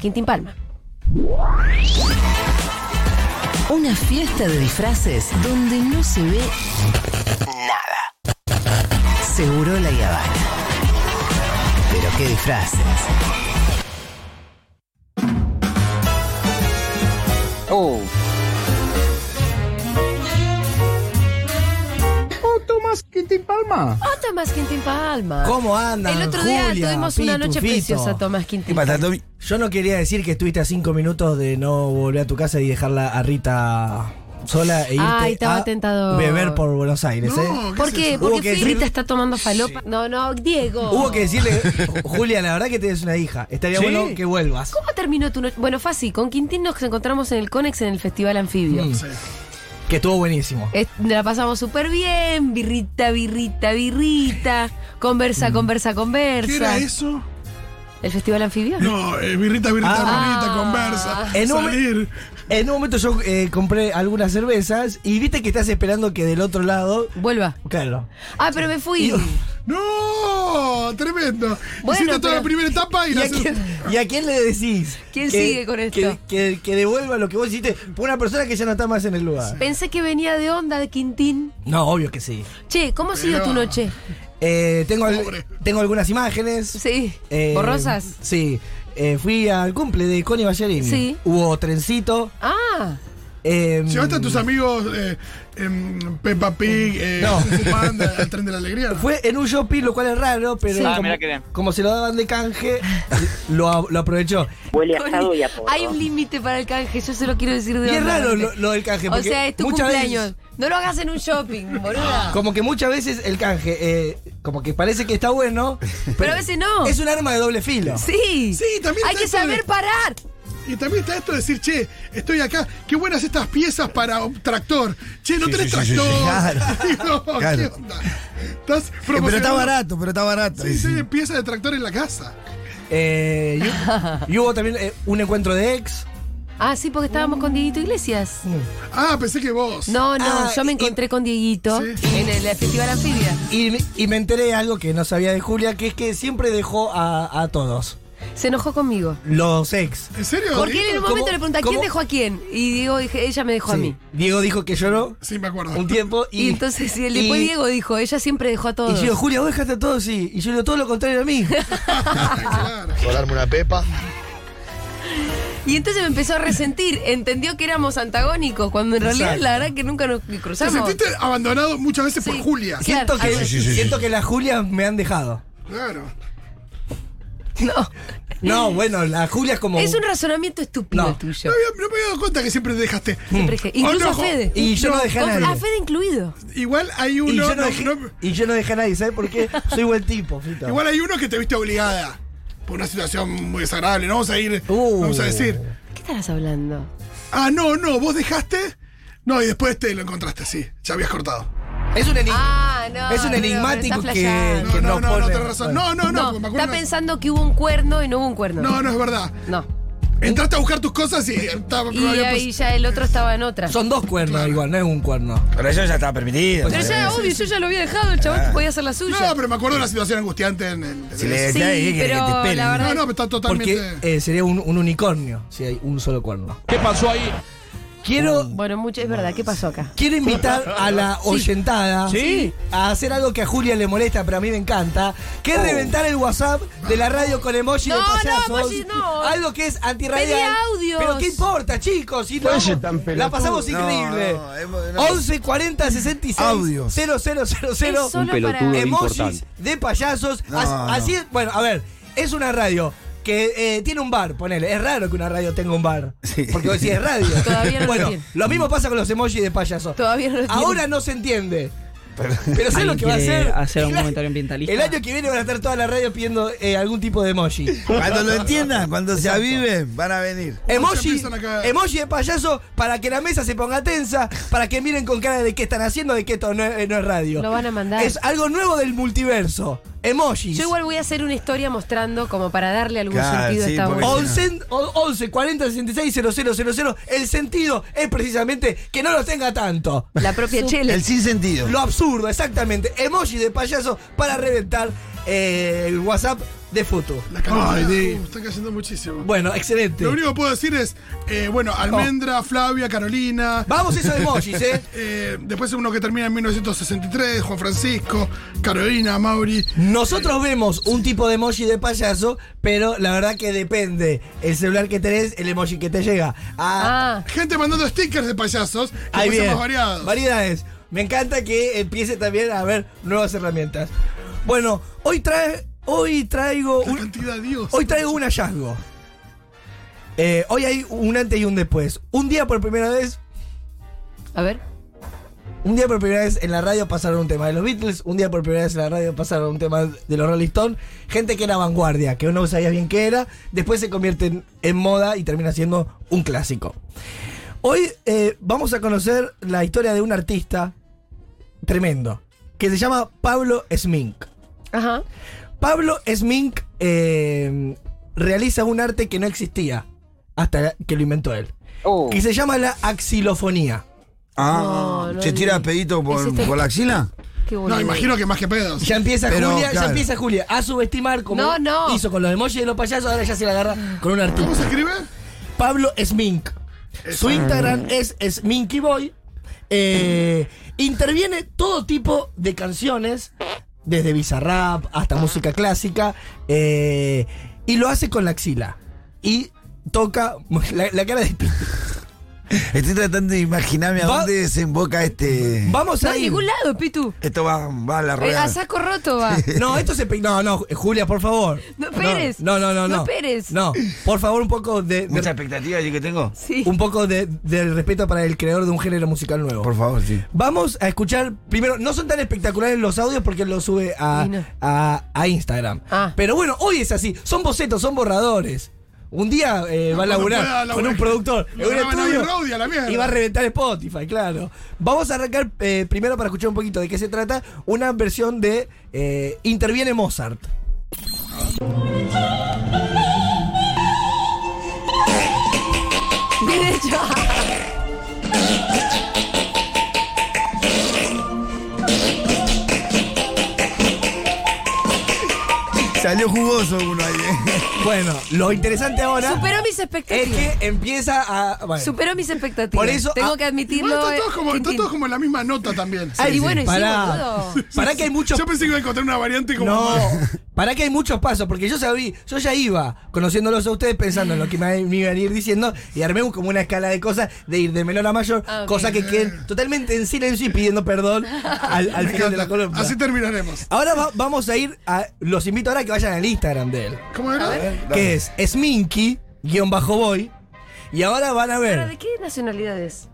Quintín Palma. Una fiesta de disfraces donde no se ve nada. Seguro la Yavana. Pero qué disfraces. Oh, Oh, Tomás Quintín Palma. ¡Oh, Tomás Quintín Palma! Ah. ¿Cómo andan? El otro día Julia, tuvimos Pitu, una noche Fito? preciosa, Tomás Quintín. ¿qué pasa, Tommy? Yo no quería decir que estuviste a cinco minutos de no volver a tu casa y dejarla a Rita sola e irte Ay, estaba a tentador. beber por Buenos Aires, ¿eh? ¿Por qué? Hubo Porque que decir- Rita está tomando falopa. No, no, Diego. Hubo que decirle, Julia, la verdad que tienes una hija. Estaría Sí. bueno que vuelvas. ¿Cómo terminó tu noche? Bueno, fue así. Con Quintín nos encontramos en el Conex en el Festival Anfibio. Mm. Que estuvo buenísimo. Eh, la pasamos súper bien. Birrita, birrita, birrita. Mm. Conversa, conversa, conversa. ¿Qué era eso? ¿El Festival Anfibio? No, eh, birrita, birrita, Ah. birrita, conversa. En un- salir. En un momento yo eh, compré algunas cervezas y viste que estás esperando que del otro lado. Vuelva. Claro. Ah, pero me fui. Y- ¡No! ¡Tremendo! Bueno, Hiciste toda pero- la primera etapa y ¿Y la a, se- quién, y a quién le decís? ¿Quién que- sigue con esto? Que, que- que devuelva lo que vos hiciste por una persona que ya no está más en el lugar. Pensé que venía de onda de Quintín. No, obvio que sí. Che, ¿cómo ha sido Pero- tu noche? Eh, tengo, al- Pobre. tengo algunas imágenes. Sí. Eh, ¿Borrosas? Sí. Eh, fui al cumple de Connie Ballerini. Sí. Hubo trencito. Ah, eh, ¿Llevaste a tus amigos eh, em, Peppa Pig, eh, No. Kung Fu Panda, al tren de la alegría? Fue en un shopping, lo cual es raro, pero Sí. Ah, como, mirá qué bien. como se lo daban de canje, lo, lo aprovechó. Huele a asado y a porro. hay un límite para el canje, yo se lo quiero decir de Y es verdad. raro lo, lo del canje. O porque sea, es tu muchas cumpleaños. veces- Ah, No lo hagas en un shopping, boluda. como que muchas veces el canje, eh, como que parece que está bueno, pero, Pero a veces no. es un arma de doble filo. Sí. Sí, también Hay está que esto de- saber parar. Y también está esto de decir, che, estoy acá, qué buenas estas piezas para un tractor. Che, no Sí, tenés sí, sí, sí, tractor. sí, No, ¿qué Claro. onda? Estás Eh, pero está promocionando- barato, pero está barato. Sí, sí, piezas de tractor en la casa. Eh, y, y hubo también eh, un encuentro de ex. Ah, sí, porque estábamos con Dieguito Iglesias. Ah, pensé que vos. No, no, Ah, yo me y- encontré con Dieguito Sí. en el Festival Anfibia. Y, y me enteré de algo que no sabía de Julia, que es que siempre dejó a, a todos. Se enojó conmigo. Los ex. ¿En serio? Porque él Diego? en un momento ¿Cómo- le pregunta, ¿quién cómo- dejó a quién? Y Diego, dije, ella me dejó a Sí. mí. Diego dijo que lloró Sí, me acuerdo. un tiempo y. Y entonces y después y- Diego dijo, ella siempre dejó a Y todos. yo digo, Julia, vos dejaste a todos, sí. Y yo digo, todo lo contrario a mí. Claro. Colarme una pepa. Y entonces me empezó a resentir. Entendió que éramos antagónicos, cuando en realidad Exacto. la verdad que nunca nos Te cruzamos. sentiste abandonado muchas veces por Sí. Julia. Sí. siento que, Sí, sí, sí, siento sí. que las Julias me han dejado. Claro. No. No, bueno, las Julias como. Es un razonamiento estúpido No. el tuyo. No, había- no me había dado cuenta que siempre te dejaste. Siempre dije- Incluso Oh, no. a Fede. Y yo no dejé a Con- nadie. A Fede incluido. Igual hay uno. y, yo no no- dejé, no- y yo no dejé a nadie, ¿sabes por qué? Soy buen tipo, Fito. igual hay uno que te viste obligada. Por una situación muy desagradable. No vamos a ir. Uh. Vamos a decir. ¿Qué estarás hablando? Ah, no, no, vos dejaste. No, y después te lo encontraste, sí. Ya habías cortado. Es un enigma. Ah, no. Es un no, enigmático pero está que- flasheando. No, Que no, no no, no, pone- tenés razón. No, no, no, No, porque me acuerdo. está pensando que hubo un cuerno y no hubo un cuerno. No, no es verdad. No. Entraste a buscar tus cosas y eh, estaba Y ahí ya el otro estaba en otra. Son dos cuernos igual, no es un cuerno. Pero eso ya estaba permitido. Pero ya, obvio, yo ya lo había dejado, el Ah. chabón podía hacer la suya. No, pero me acuerdo de una situación angustiante en el. Si le Sí, decía ahí que, pero que te la pelen. verdad- No, no, pero está Porque totalmente. eh, sería un, un unicornio si hay un solo cuerno. ¿Qué pasó ahí? Quiero, Bueno, mucho, es verdad, ¿qué pasó acá? quiero invitar a la oyentada Sí. a hacer algo que a Julia le molesta, pero a mí me encanta, que es reventar el WhatsApp de la radio con emoji de No, no, payasos. emoji no. Algo que es antirradial. Pedí audios. Pero qué importa, chicos, si lo vamos- la pasamos increíble. Pues No, hemos- no. 11 40 66 Audios. 0000 Es solo para... emojis de payasos. No, As- no. Así es- bueno, a ver, es una radio que eh, tiene un bar, ponele. Es raro que una radio tenga un bar. Sí. Porque hoy sí es radio. Todavía no lo bueno, tiene. lo mismo pasa con los emojis de payasos. Todavía no lo tiene. Ahora no se entiende. Pero sé lo que va a hacer. hacer un El a- comentario ambientalista. El año que viene van a estar toda la radio pidiendo eh, algún tipo de emoji. Cuando lo entiendan, cuando se aviven, van a venir. Ya Emoji, empiezan acá. emoji de payaso para que la mesa se ponga tensa, para que miren con cara de qué están haciendo, de que esto no es, eh, no es radio. Lo van a mandar. Es algo nuevo del multiverso. Emojis. Yo igual voy a hacer una historia mostrando como para darle algún Claro, sentido sí, a esta porque- voz. 11, o- 11 40 66 0000. El sentido es precisamente que no lo tenga tanto. La propia Chele. El sin sentido. Lo absurdo, exactamente. Emoji de payaso para reventar eh, el WhatsApp de Futu. La cantidad, Ay, di- uh, está cayendo muchísimo. Bueno, Oh. excelente. Lo único que puedo decir es, eh, bueno, Almendra, Flavia, Carolina. Vamos esos emojis, ¿eh? eh, después uno que termina en 1963, Juan Francisco, Carolina, Mauri. Nosotros vemos un tipo de emoji de payaso, pero la verdad que depende el celular que tenés, el emoji que te llega. Ah, Ah, Gente mandando stickers de payasos. que ahí después son bien. más variados. Variedades. Me encanta que empiece también a haber nuevas herramientas. Bueno, hoy trae, hoy traigo La un, cantidad, Dios. hoy traigo un hallazgo. Eh, hoy hay un antes y un después. Un día por primera vez a ver. Un día por primera vez en la radio pasaron un tema de los Beatles, un día por primera vez en la radio pasaron un tema de los Rolling Stones, gente que era vanguardia, que uno no sabía bien qué era, después se convierte en, en moda y termina siendo un clásico. Hoy eh, vamos a conocer la historia de un artista tremendo, que se llama Pablo Smink. Ajá. Pablo Smink eh, realiza un arte que no existía hasta que lo inventó él, que se llama la axilofonía. Ah, No, no ¿se es tira ni- pedito por, ¿Es este? por la axila? Qué bueno. No, imagino que más que pedos. Ya empieza Pero, Julia, ya claro. empieza Julia a subestimar como No, no. hizo con los emojis de los payasos, ahora ya se la agarra con un ¿Cómo se artista. escribe? Pablo Smink. Su Instagram es Sminky Boy. Eh, interviene todo tipo de canciones, desde bizarrap hasta música clásica, eh, y lo hace con la axila. Y toca la, la cara de... Estoy tratando de imaginarme a Va- dónde desemboca este. Vamos No, a en ir... ningún lado, Pitu. Esto va, va a la Eh, rueda. a saco roto va. No, esto se pe- No, no, Julia, por favor. No, Pérez. No, no, no, no. No, Pérez. No, por favor, un poco de- de Mucha expectativa yo que tengo. Sí. un poco de, del respeto para el creador de un género musical nuevo. Por favor, sí. Vamos a escuchar, primero, no son tan espectaculares los audios porque los sube a, Y no. a, a Instagram. Ah. Pero bueno, hoy es así, son bocetos, son borradores. Un día eh, va a cuando laburar pueda con laburar. un productor Lo en un graban a estudio Virraudy, a la mierda. y va a reventar Spotify, claro. Vamos a arrancar eh, primero para escuchar un poquito de qué se trata, una versión de eh, Interviene Mozart. Bien hecho. Salió jugoso uno ahí. ¿eh? Bueno, lo interesante ahora Superó mis es expectativas. que empieza a... bueno. Superó mis expectativas. Por eso- Tengo ah, que Igual admitirlo. están todos, eh, como, están Quintín. todos como en la misma nota también. Ah, y bueno, y sí, pará, boludo. pará que hay muchos Yo pensé que iba a encontrar una variante como. no, pará que hay muchos pasos, porque yo sabí, yo ya iba conociéndolos a ustedes pensando en lo que me, me iban a ir diciendo y armé un- como una escala de cosas de ir de menor a mayor, Ah, ok. cosa que queden totalmente en silencio y pidiendo perdón al, al Me final de la encanta. columna. Así terminaremos. Ahora va- vamos a ir a. Los invito ahora a que vayan al Instagram de él. ¿Cómo era? Que es Sminky-boy. Y ahora van a Ahora, ver. Ah, ¿De qué nacionalidad es?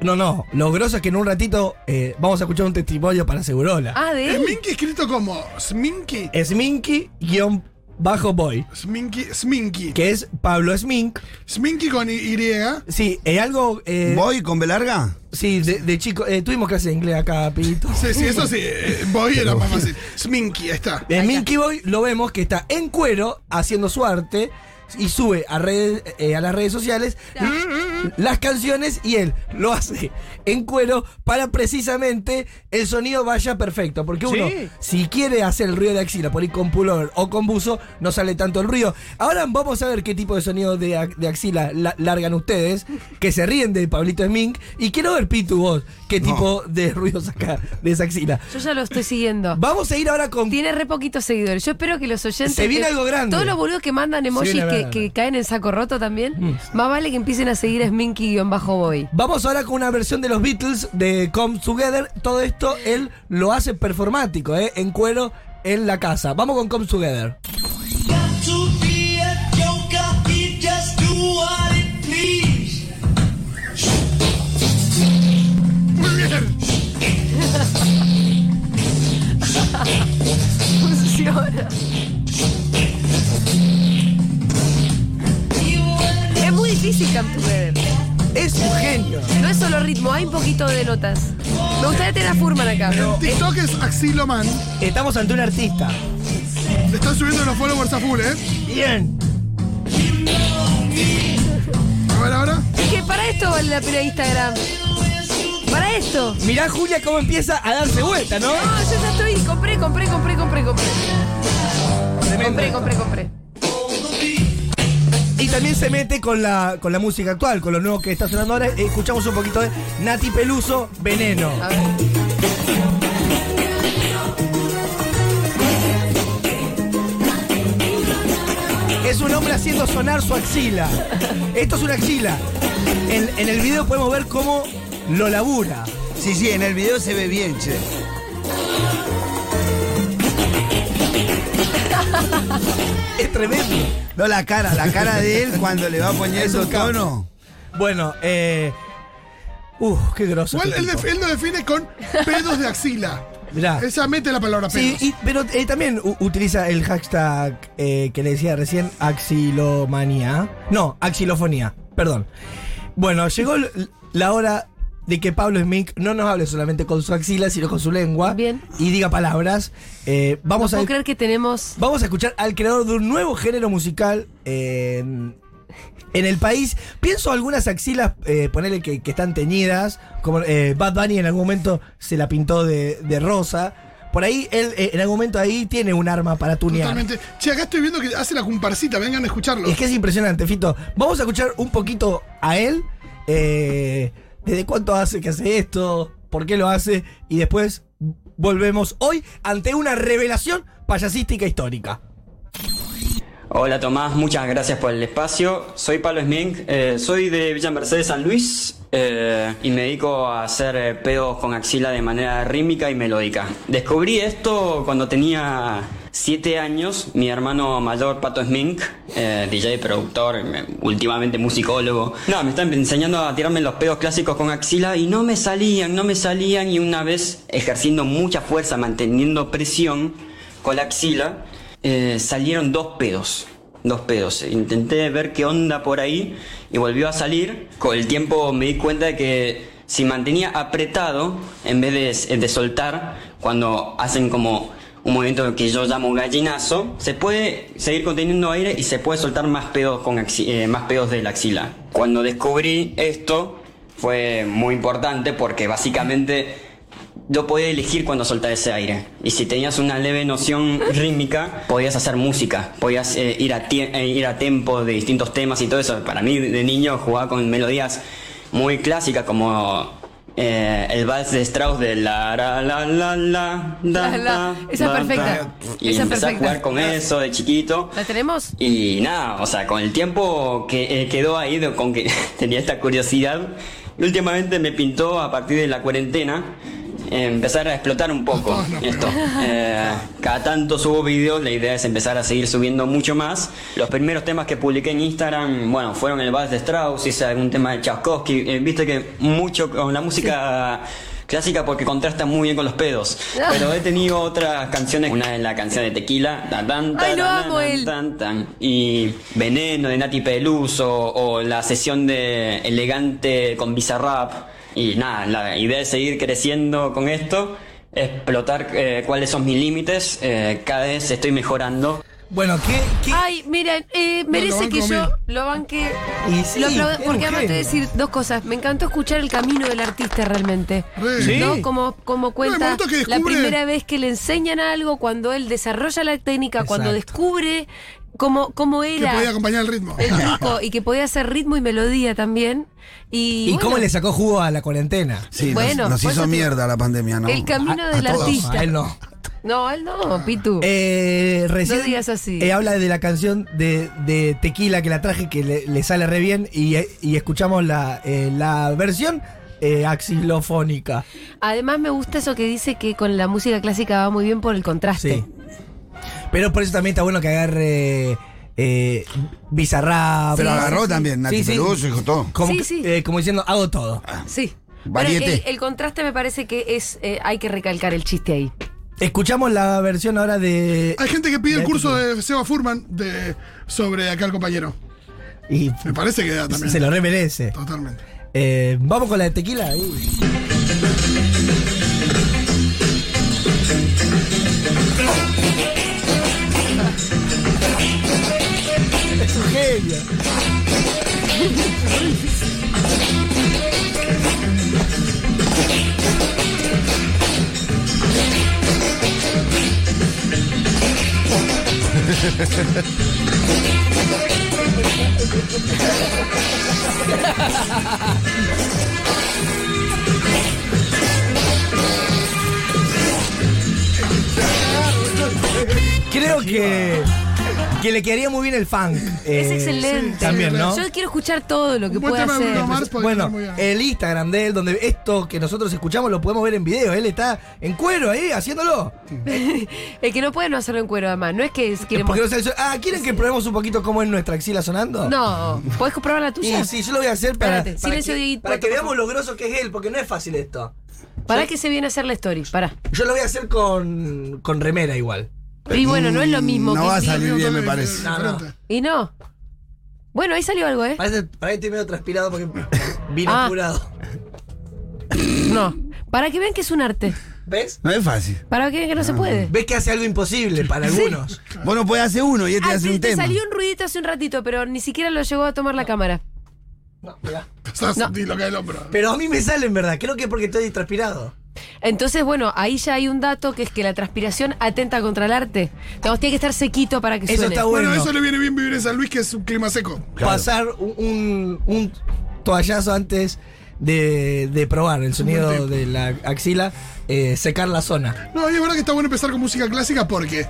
No, no. Lo groso es que en un ratito eh, vamos a escuchar un testimonio para Segurola. Ah, de él. Sminky Eh, escrito como Sminky. Sminky-boy. Sminky, Sminky. Que es Pablo Smink. Sminky con Y. griega. Sí, eh, algo. eh, ¿Voy con Belarga? sí, de, de chico. eh, tuvimos clase de inglés acá, Pito. Sí, sí, eso sí. eh, Voy era más fácil. Sminky, ahí está. En Minky Boy lo vemos que está en cuero haciendo su arte y sube a, redes- eh, a las redes sociales las canciones y él lo hace en cuero para precisamente el sonido vaya perfecto. Porque uno, si quiere hacer el ruido de axila por ir con pullover o con buzo, no sale tanto el ruido. Ahora vamos a ver qué tipo de sonido de, a- de axila la- largan ustedes, que se ríen de Pablito Smink. Y quiero ver, Pitu, vos, qué tipo de ruido saca de esa axila. Yo ya lo estoy siguiendo. Vamos a ir ahora con Tiene re poquitos seguidores. Yo espero que los oyentes. Se viene eh, algo grande. Todos los boludos que mandan Se emojis viene que, grande. Mm. que caen en saco roto también. Más vale que empiecen a seguir a Sminky-Boy. Vamos ahora con una versión de los Beatles de Come Together. Todo esto él lo hace performático, ¿eh? en cuero en la casa. Vamos con Come Together. Got to be a joker, he just do what it please. Muy bien. Funciona. You and Es muy difícil Come Together. Es un genio. No es solo ritmo, hay un poquito de notas. Me gustaría tener a Furman acá. TikTok es Axiloman. Estamos ante un artista. Le están subiendo los followers a full, ¿eh? Bien. A ver ahora. Es que para esto vale la pena Instagram. Para esto. Mirá, Julia, cómo empieza a darse vuelta, ¿no? No, yo ya estoy. Compré, compré, compré, compré, compré. se Compré, mete. compré, compré. Y también se mete con la, con la música actual, con lo nuevo que está sonando ahora. Escuchamos un poquito de Nati Peluso, Veneno. A ver. Es un hombre haciendo sonar su axila. Esto es una axila. En, en el video podemos ver cómo lo labura. Sí, sí, en el video se ve bien, che. Es tremendo. No la cara, la cara de él cuando le va poniendo un capo. tono. Bueno, eh. Uh, qué groso. Igual este él, tipo. def- él lo define con pedos de axila. Mirá. Esa mete la palabra Sí, pedos. y- pero eh, también u- utiliza el hashtag eh, que le decía recién, axilomanía. No, axilofonía, perdón. Bueno, llegó l- la hora de que Pablo Smith no nos hable solamente con su axila, sino con su lengua. Bien. Y diga palabras. Eh, vamos, No a, puedo creer que tenemos. vamos a escuchar al creador de un nuevo género musical eh, en, en el país. Pienso algunas axilas, eh, ponele que, que están teñidas, como eh, Bad Bunny en algún momento se la pintó de, de rosa. Por ahí, él eh, en algún momento ahí tiene un arma para tunear. Totalmente. Che, acá estoy viendo que hace la comparcita, vengan a escucharlo. Es que es impresionante, Fito. Vamos a escuchar un poquito a él. eh, ¿Desde cuánto hace que hace esto? ¿Por qué lo hace? Y después volvemos hoy ante una revelación payasística histórica. Hola Tomás, muchas gracias por el espacio. Soy Pablo Smink, eh, soy de Villa Mercedes San Luis eh, y me dedico a hacer eh, pedos con axila de manera rítmica y melódica. Descubrí esto cuando tenía 7 años. Mi hermano mayor, Pato Smink, eh, DJ, productor, eh, últimamente musicólogo. No, me están enseñando a tirarme los pedos clásicos con axila y no me salían, no me salían y una vez ejerciendo mucha fuerza, manteniendo presión, con la axila, eh, salieron dos pedos. Dos pedos. Intenté ver qué onda por ahí y volvió a salir. Con el tiempo me di cuenta de que si mantenía apretado, en vez de, de soltar, cuando hacen como un movimiento que yo llamo gallinazo, se puede seguir conteniendo aire y se puede soltar más pedos, con axi- eh, más pedos de la axila. Cuando descubrí esto, fue muy importante porque básicamente yo podía elegir cuando soltar ese aire. Y si tenías una leve noción rítmica, podías hacer música, podías eh, ir, a tie- eh, ir a tempo de distintos temas y todo eso. Para mí, de niño, jugaba con melodías muy clásicas como eh, el vals de Strauss de la la la la la. da, La, la. da, Esa es da, perfecta. da. Y Esa es empecé a perfecta. jugar con eso de chiquito. ¿La tenemos? Y nada, o sea, con el tiempo que eh, quedó ahí, de- con que tenía esta curiosidad, y últimamente me pintó a partir de la cuarentena eh, empezar a explotar un poco esto. Eh, cada tanto subo videos, la idea es empezar a seguir subiendo mucho más. Los primeros temas que publiqué en Instagram, bueno, fueron el vals de Strauss, hice algún tema de Tchaikovsky, eh, viste que mucho con la música... Clásica porque contrasta muy bien con los pedos. Pero he tenido otras canciones. Una es la canción de Tequila. tan, tan, Ay, lo taran, amo, él. Tan, tan. Y Veneno de Nati Peluso o la sesión de Elegante con Bizarrap. Y nada, la idea es seguir creciendo con esto, explotar eh, cuáles son mis límites. eh, cada vez estoy mejorando. Bueno, ¿qué, qué Ay, miren, eh, merece lo que banco a yo mí. lo banque. Y sí, Lo aplaudo, era un porque además te voy a genio. decir dos cosas. Me encantó escuchar el camino del artista realmente. Re. Sí. ¿No? Como, como No, hay cuenta momentos que la descubre- primera vez que le enseñan algo, cuando él desarrolla la técnica, cuando Exacto. descubre cómo, cómo que era podía acompañar el ritmo. el truco y que podía hacer ritmo y melodía también. Y, ¿Y bueno, cómo le sacó jugo a la cuarentena? Sí, nos- Bueno, nos, por eso hizo te- mierda la pandemia, ¿no? El camino A- a del todos. artista. A él no. No, él no, Pitu. Eh, recién, No digas así. eh, habla de la canción de, de Tequila que la traje, que le, le sale re bien, y, eh, y escuchamos la, eh, la versión eh, axilofónica. Además me gusta eso que dice que con la música clásica va muy bien por el contraste. Sí. Pero por eso también está bueno que agarre eh, Bizarrap. Pero Sí, agarró sí, sí. también, Nati Sí, sí. Peluso, hijo todo. Como, Sí, que- sí. eh, como diciendo, hago todo. Sí. Variete. Pero el, el contraste me parece que es eh, hay que recalcar el chiste ahí. Escuchamos la versión ahora de. Hay gente que pide el Ya, curso de Seba Furman de, sobre acá el compañero. Y Me parece que da también. se lo remerece. Totalmente. Eh, Vamos con la de Tequila. ahí. Es un genio. Creo que, que le quedaría muy bien el funk. Es eh, excelente. También, ¿no? Yo quiero escuchar todo lo que Un buen pueda tema de hacer. Bruno Mars podría Bueno, estar muy bien. el Instagram de él, donde esto que nosotros escuchamos lo podemos ver en video. Él está en cuero ahí, haciéndolo. El que no puede no hacerlo en cuero, además. No es que es- queremos. Porque no se le- ah, ¿quieren que probemos un poquito cómo es nuestra axila sonando? No, ¿podés comprobar la Y tuya? sí, yo lo voy a hacer para, Espérate, para silencio, que, Dieguito, para que por veamos favor. lo groso que es él, porque no es fácil esto. Pará que se viene a hacer la story, pará. Yo lo voy a hacer con, con remera igual. Y bueno, no es lo mismo No que va a sí. salir bien, me Sí, parece. No, no. diferente. Y no. Bueno, ahí salió algo, ¿eh? Parece, para que estoy medio transpirado porque vino Ah. curado. No. Para que vean que es un arte. ¿Ves? No es fácil. Para que vean que no se puede. ¿Ves que hace algo imposible para algunos? Vos no podés hacer uno y este Ah, hace sí, un te tema. salió un ruidito hace un ratito, pero ni siquiera lo llegó a tomar la cámara. No, mirá. Empezás a sentir lo que es el hombro. Pero a mí me sale en verdad. Creo que es porque estoy transpirado. Entonces, bueno, ahí ya hay un dato que es que la transpiración atenta contra el arte. Entonces, tiene que estar sequito para que Eso suene. está Bueno, Bueno. eso le viene bien vivir en San Luis, que es un clima seco. Pasar un, un- un toallazo antes de, de probar el sonido de la axila, eh, secar la zona. No, y es verdad que está bueno empezar con música clásica porque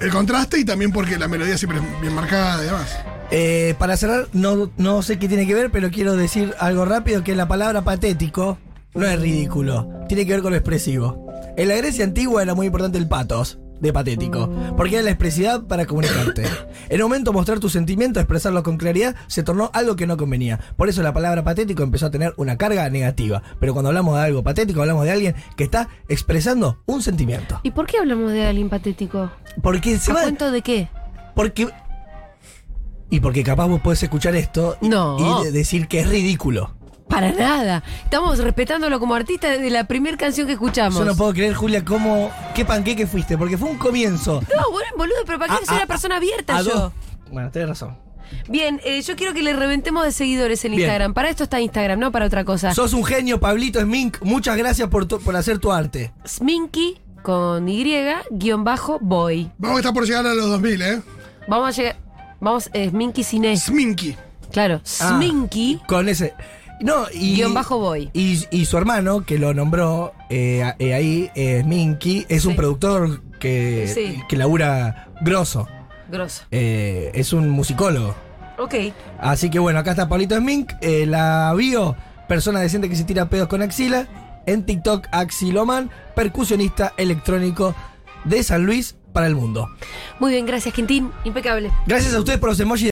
el contraste y también porque la melodía siempre es bien marcada y demás. Eh, para cerrar, no, no sé qué tiene que ver, pero quiero decir algo rápido, que la palabra patético no es ridículo, tiene que ver con lo expresivo. En la Grecia antigua era muy importante el patos de patético, porque era la expresividad para comunicarte. En el momento de mostrar tus sentimientos, expresarlos con claridad, se tornó algo que no convenía. Por eso la palabra patético empezó a tener una carga negativa. Pero cuando hablamos de algo patético, hablamos de alguien que está expresando un sentimiento. ¿Y por qué hablamos de alguien patético? Porque se ¿A va... cuento de qué? Porque. Y porque capaz vos podés escuchar esto y, No. y de- decir que es ridículo. Para nada. Estamos respetándolo como artista desde la primera canción que escuchamos. Yo no puedo creer, Julia, cómo. qué panqueque fuiste, porque fue un comienzo. No, bueno, boludo, pero ¿para qué A- soy a- una persona abierta a yo? dos- Bueno, tenés razón. Bien, eh, yo quiero que le reventemos de seguidores en Bien. Instagram. Para esto está Instagram, no para otra cosa. Sos un genio, Pablito Smink. Muchas gracias por, tu- por hacer tu arte. Sminky con Y, guión bajo, boy. Vamos a estar por llegar a los 2000, ¿eh? Vamos a llegar. Vamos, eh, Sminky sin E. Sminky. Claro, Ah, Sminky. Con ese. No, y. Guión bajo boy. Y, y su hermano, que lo nombró eh, a- eh, ahí, eh, Minky, es un Sí. productor que, Sí. que labura grosso. Grosso. Eh, es un musicólogo. Ok. Así que bueno, acá está Pablito Smink, eh, la bio, persona decente que se tira pedos con axila, en TikTok Axiloman, percusionista electrónico de San Luis para el mundo. Muy bien, gracias, Quintín. Impecable. Gracias a ustedes por los emojis.